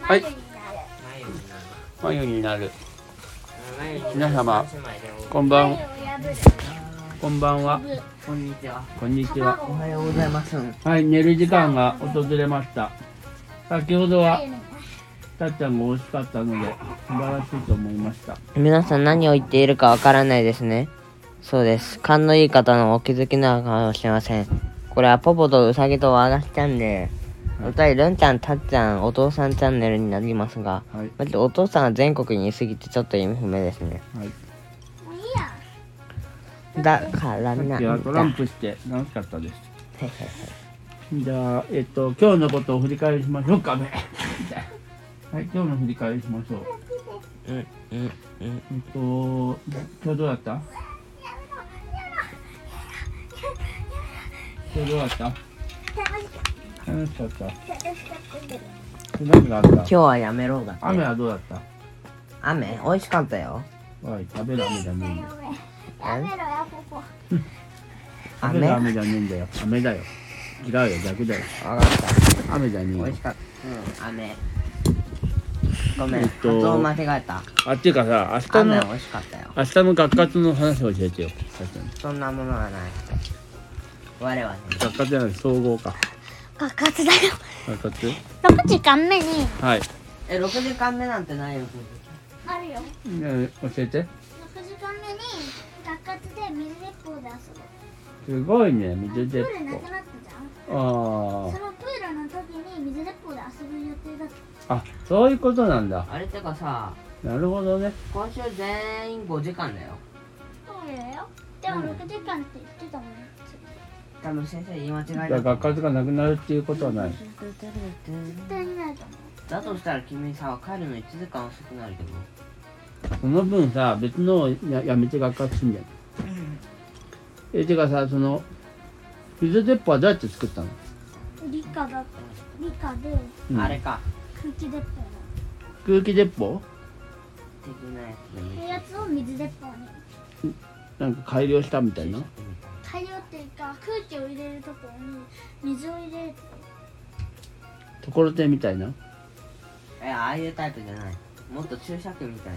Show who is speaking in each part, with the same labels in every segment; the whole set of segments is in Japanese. Speaker 1: はい
Speaker 2: 眉になる
Speaker 3: 眉になる
Speaker 1: 眉にな
Speaker 3: 眉になる
Speaker 1: る皆様
Speaker 3: 三姉妹でお
Speaker 1: こんば
Speaker 2: 眉を
Speaker 1: んこんばんは
Speaker 2: 破る
Speaker 3: こんにちは
Speaker 1: こんにちは
Speaker 3: おはようございますうん
Speaker 1: はい寝る時間が訪れました先ほどはたっちゃんが美味しかったので素晴らしいと思いました
Speaker 4: 皆さん何を言っているかわからないですね。そうです。勘のいい方のお気づきなのかもしれません。これはポポとウサギとワラシちゃんで、お二人、ルンちゃん、タッちゃん、お父さんチャンネルになりますが、
Speaker 1: はい
Speaker 4: まずお父さんは全国にいすぎてちょっと意味不明ですね。
Speaker 1: はい
Speaker 2: もういいや
Speaker 4: だか
Speaker 1: さ
Speaker 4: らな
Speaker 1: っ
Speaker 4: ん
Speaker 1: き
Speaker 4: だ。
Speaker 1: はトラン
Speaker 4: は
Speaker 1: プして楽しかったです
Speaker 4: いはいはい
Speaker 1: じゃあえっと今日のことを振り返りしましょうかね はい今日の振り返りしましょう
Speaker 4: うん、うん、うん。
Speaker 1: えっと今日どうだった今日どうだった
Speaker 2: 楽しかっ
Speaker 1: 楽しかった今
Speaker 2: た楽しかったけど
Speaker 1: 日何があった
Speaker 4: 今日はやめろだって。
Speaker 1: 雨はどうだった
Speaker 4: 雨美味しかったよ。
Speaker 1: おい食べる雨じゃねえんだよ
Speaker 2: やめろやここ
Speaker 1: 食べる
Speaker 4: 雨
Speaker 1: 雨じゃねえんだよ雨だよ違うよ逆だよ
Speaker 4: わかった。
Speaker 1: 雨じゃねえ
Speaker 4: 美
Speaker 1: よ
Speaker 4: 味しかった。うん、雨。ごめん、
Speaker 1: えっ
Speaker 4: 発
Speaker 1: と
Speaker 4: 音間違えた。
Speaker 1: あっていうかさ明日
Speaker 4: 雨
Speaker 1: の
Speaker 4: 美味しかったよ。
Speaker 1: 明日の学活の話を教えてよ
Speaker 4: そんなものはない。我はね、
Speaker 1: 学活じゃない総合か
Speaker 2: 爆発だよ
Speaker 1: 学活
Speaker 2: 6時間目に
Speaker 1: はい
Speaker 4: え、6時間目なんてないよ。
Speaker 2: あるよ
Speaker 1: ね教えて
Speaker 2: 6時間目に爆発で水鉄砲で遊ぶ
Speaker 1: すごいね
Speaker 2: プ
Speaker 1: 水鉄
Speaker 2: ールなくなったじゃん
Speaker 1: 砲あ
Speaker 2: そのプールの時に水鉄砲で遊ぶ予定だった
Speaker 1: ああそういうことなんだ
Speaker 4: あれってかさ、
Speaker 1: なるほどね
Speaker 4: 今週全員5時間だよ。
Speaker 2: そうだよでも6時間って言ってたもんね
Speaker 4: 多分先生言い間違
Speaker 1: だか
Speaker 4: いだ
Speaker 1: ら
Speaker 4: と思う。
Speaker 1: 学活がなくなるっていうことはない
Speaker 2: 絶対にないと思う
Speaker 4: だとしたら君さ、帰るの1時間遅くなるけど。
Speaker 1: その分さ別のをややめて学活すんじゃんえてかさその水鉄砲はどうやって作ったの
Speaker 2: 理科だ理科で
Speaker 1: うん
Speaker 4: あれか、
Speaker 2: 空気鉄砲の
Speaker 1: 空気鉄砲
Speaker 4: 的なやつで
Speaker 2: って
Speaker 4: ね。
Speaker 2: やつを水鉄砲に
Speaker 1: なんか改良したみたいな
Speaker 2: 太陽っていうか空気を入れるところに水を入れる
Speaker 1: ところてんみたいな
Speaker 4: え、ああいうタイプじゃない。もっと注射器みたい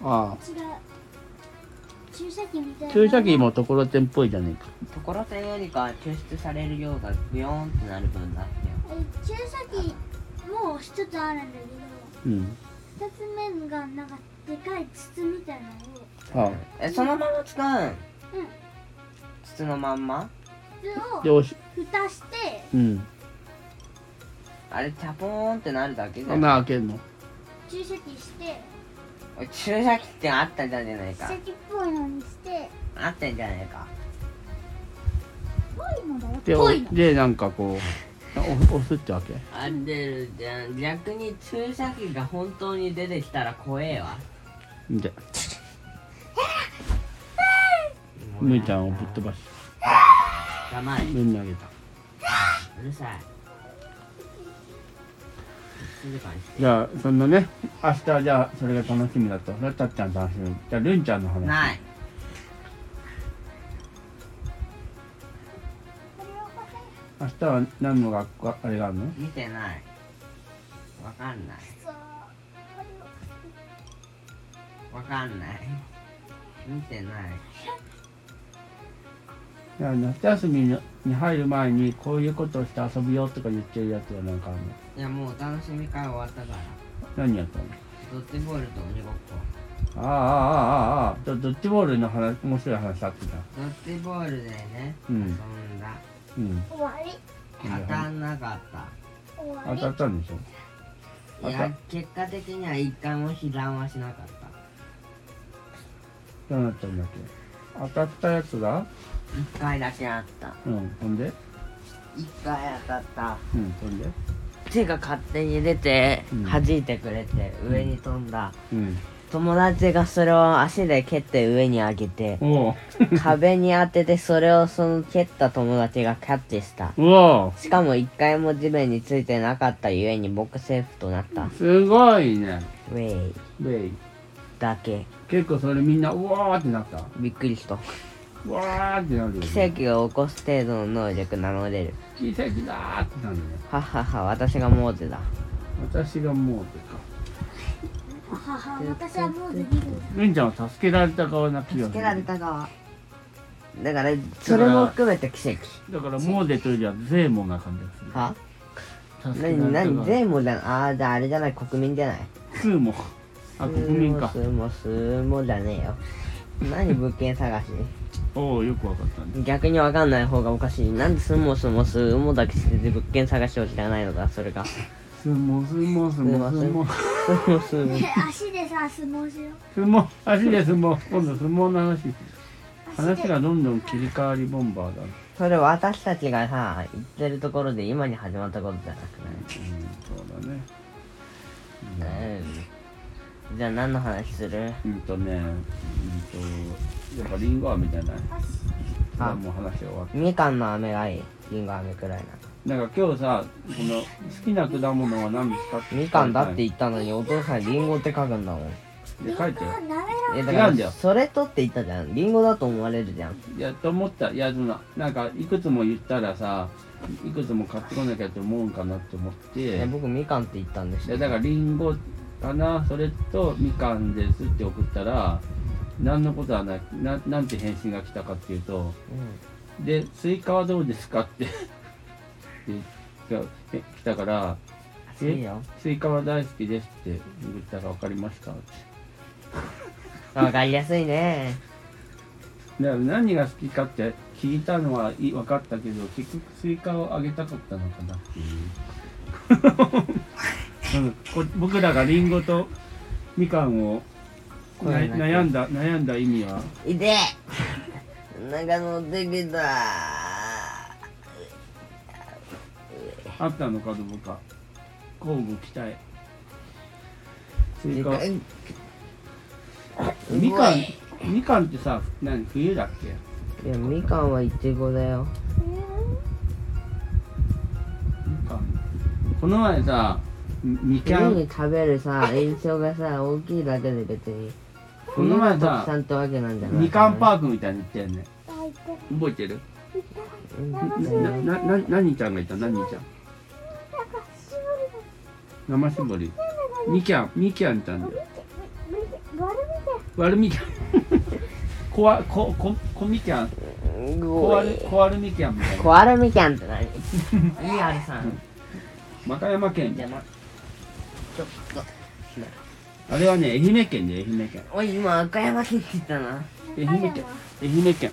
Speaker 4: な。
Speaker 1: あ
Speaker 2: 違う注射器みたい
Speaker 1: あ
Speaker 2: な
Speaker 1: 注射器もところてんっぽいじゃねえか
Speaker 4: ところてんよりかは抽出される量がビヨーンってなる分だってよ。
Speaker 2: え注射器も一つあるんだ
Speaker 1: うん
Speaker 2: けど二つ目がなんかでかい筒みたいなのを
Speaker 1: あ
Speaker 4: え、そのまま使うん
Speaker 2: うん
Speaker 4: 筒のまんま
Speaker 1: あ
Speaker 2: 筒
Speaker 1: で
Speaker 2: を
Speaker 1: おし
Speaker 2: 蓋して
Speaker 1: うん
Speaker 4: あれ、チャポーンってなるだけじゃん。
Speaker 1: 穴開けるの
Speaker 2: 注射器して
Speaker 4: おい注射器ってあったんじゃねえ
Speaker 2: 注
Speaker 4: か
Speaker 2: 射器っぽいのにして
Speaker 4: あったんじゃねえか
Speaker 2: ぽいのだよ
Speaker 1: で
Speaker 2: ぽ
Speaker 1: お
Speaker 2: いの
Speaker 1: でなんかこうお押すってわけ
Speaker 4: あ出るじゃん逆に注射器が本当に出てきたら怖えわ
Speaker 1: でむーちゃんをぶっ飛ばし
Speaker 4: 黙れ
Speaker 1: ぶん投げた
Speaker 4: うるさい静かにし
Speaker 1: じゃあそんなね明日じゃあそれが楽しみだとそれはたっちゃんの話だじゃあるんちゃんの
Speaker 4: て
Speaker 1: 話
Speaker 4: ない
Speaker 1: 明日は何の学校あれがあるの
Speaker 4: 見てないわかんない
Speaker 2: そう
Speaker 4: わかんない見てない
Speaker 1: じゃあ夏休みのに入る前にこういうことをして遊ぶよとか言ってるやつはなんかあるの
Speaker 4: いやもうお楽しみ会終わったから
Speaker 1: 何やったの
Speaker 4: ドッジボールと鬼ごっこ
Speaker 1: ああああああああドドッジボールの話面白い話あったじ
Speaker 4: ドッジボールでね、
Speaker 1: うん
Speaker 4: 遊んだ
Speaker 1: ゃんうん
Speaker 2: 終わり
Speaker 1: いいよ
Speaker 4: 当たんなかった
Speaker 2: 終わ
Speaker 1: 当
Speaker 2: り
Speaker 1: たったんでしょ
Speaker 4: い
Speaker 1: あ
Speaker 4: や結果的には一回も被弾はしなかった
Speaker 1: どうなったんだっけ当たったやつが
Speaker 4: 一回だけあった
Speaker 1: うんほんで
Speaker 4: 一回当たった
Speaker 1: うんほんで
Speaker 4: 手が勝手に出て
Speaker 1: うん
Speaker 4: 弾いてくれて上に飛んだ、
Speaker 1: うん
Speaker 4: 友達がそれを足で蹴って上に上げて
Speaker 1: おう
Speaker 4: 壁に当ててそれをその蹴った友達がキャッチした
Speaker 1: うわ
Speaker 4: しかも一回も地面についてなかったゆえに僕セーフとなった、
Speaker 1: すごいね
Speaker 4: ウェイ
Speaker 1: ウェイ
Speaker 4: だけ
Speaker 1: 結構それみんなうわーってなった
Speaker 4: びっくりした
Speaker 1: うわーってなるよ、
Speaker 4: 奇跡を起こす程度の能力名乗れる
Speaker 1: 奇跡だーってなるね
Speaker 4: はっはっは私がモーゼだ
Speaker 1: 私がもうでか
Speaker 2: 母私はもうできる
Speaker 1: ルンちゃんは助けられた側な気が
Speaker 4: つ
Speaker 1: す
Speaker 4: け
Speaker 1: る
Speaker 4: られた側だからそれも含めて奇跡
Speaker 1: だからモーデというよりはゼーモな感じがする
Speaker 4: は
Speaker 1: 助け
Speaker 4: 何
Speaker 1: られた
Speaker 4: 何
Speaker 1: 側
Speaker 4: 全部だああじゃああれじゃない国民じゃない
Speaker 1: スーモあ国民か
Speaker 4: スーモスーモじゃねえよ何物件探し
Speaker 1: おおよくわかったね
Speaker 4: 逆にわかんない方がおかしいなんでスーモスーモスーモだけしてて物件探しを知らないのかそれがス
Speaker 1: スーモスーモスーモスーモ
Speaker 4: ーモスーモ
Speaker 2: ね 足でさ相撲しよう
Speaker 1: 相撲足で相撲今度相撲の話
Speaker 2: 足
Speaker 1: 話
Speaker 2: で
Speaker 1: がどんどん切り替わりボンバーだな
Speaker 4: それ私たちがさ言ってるところで今に始まったことじゃな
Speaker 1: うんそうだね
Speaker 4: くない、うん、じゃあ何の話する
Speaker 1: うんとねうんとやっぱリンゴ飴じゃない
Speaker 4: あ
Speaker 1: あもう話終わっ
Speaker 4: みかんの飴がいいりんご飴くらい
Speaker 1: たなんか今日さこの好きな果物は何ですかって聞かれたの
Speaker 4: なみかんだって言ったのにお父さんりんごって書くんだもん
Speaker 1: いや書いてよ
Speaker 2: あなめ
Speaker 4: え
Speaker 1: 違うんだよ
Speaker 4: それとって言ったじゃんりんごだと思われるじゃん
Speaker 1: いやと思ったいやでもなんかいくつも言ったらさいくつも買ってこなきゃと思うんかなって思って
Speaker 4: え僕みかんって言ったんでし
Speaker 1: いやだからリンゴかなそれとみかんですって送ったら何のことはないななんて返信が来たかっていうと「でスイカはどうですか?」って で来た来たから「
Speaker 4: うんいいよ
Speaker 1: スイカは大好きです」って言ったら「分かりました」って。
Speaker 4: わかりやすいね
Speaker 1: だから何が好きかって聞いたのはい分かったけど結局スイカをあげたかったのかなっていう、うん、こ僕らがリンゴとみかんをな
Speaker 4: 声なき
Speaker 1: 悩んだ悩んだ意味はい
Speaker 4: で中のできた
Speaker 1: あったのかどうか交互期待スイ
Speaker 4: み
Speaker 1: カ
Speaker 4: かん
Speaker 1: みかんみかんってさ何冬だっけ
Speaker 4: いやみかんはいちごだよ
Speaker 1: みかんこの前さみみき
Speaker 4: 家
Speaker 1: ゃん
Speaker 4: に食べるさ印象がさ大きいだけで別に
Speaker 1: この前
Speaker 4: 特
Speaker 1: さ
Speaker 4: 産ってわけなんじゃない
Speaker 1: みかんパ
Speaker 4: ン
Speaker 1: ークみたいに行ったよね
Speaker 2: らいて
Speaker 1: 覚えてる
Speaker 4: な
Speaker 1: な、な、な、何ちゃんがいた、何ち
Speaker 2: な
Speaker 1: ゃん。
Speaker 2: んか絞りが
Speaker 1: 生絞り。みきゃん、みきゃんちゃんだよ。
Speaker 2: 見て見て丸見て
Speaker 1: わるみ きゃん。こわ、こ、こ、こみきゃん。こわる、こわるみきゃんみたいな。
Speaker 4: コアラみきゃんっ て何いいあるさん
Speaker 1: 和歌山県
Speaker 4: じゃ。なちょっと
Speaker 1: あれはね、愛媛県で、愛媛県。
Speaker 4: おい今赤山県って言ったな
Speaker 1: 愛媛県。愛媛県。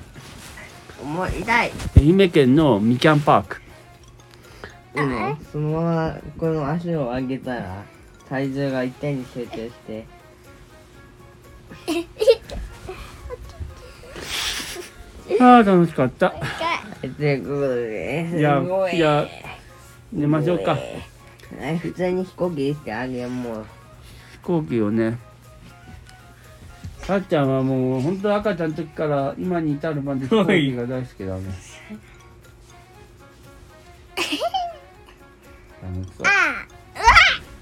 Speaker 4: もう痛い
Speaker 1: 愛媛県のみきゃんパーク。
Speaker 4: うんそのままこの足を上げたら体重が一点に集中して
Speaker 1: ああ、楽しかった。
Speaker 4: ということで
Speaker 1: じゃ
Speaker 4: すご
Speaker 1: あ、
Speaker 4: い
Speaker 1: じゃあ。寝ましょうか。
Speaker 4: はい普通に飛行機してあげようもう
Speaker 1: 飛行機をね。さっちゃんはもう本当赤ちゃんの時から今に至るまで飛行機が大好きだね。楽しそう。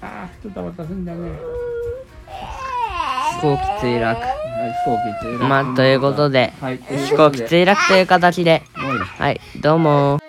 Speaker 1: ああ、ちょっと渡すんだね。はい、
Speaker 4: 飛行機墜落
Speaker 1: 飛行機墜落
Speaker 4: まあということで
Speaker 1: はい、という
Speaker 4: 飛
Speaker 1: こ
Speaker 4: 行
Speaker 1: と
Speaker 4: 機
Speaker 1: で
Speaker 4: 墜落という形で
Speaker 1: もういいです
Speaker 4: はいどうも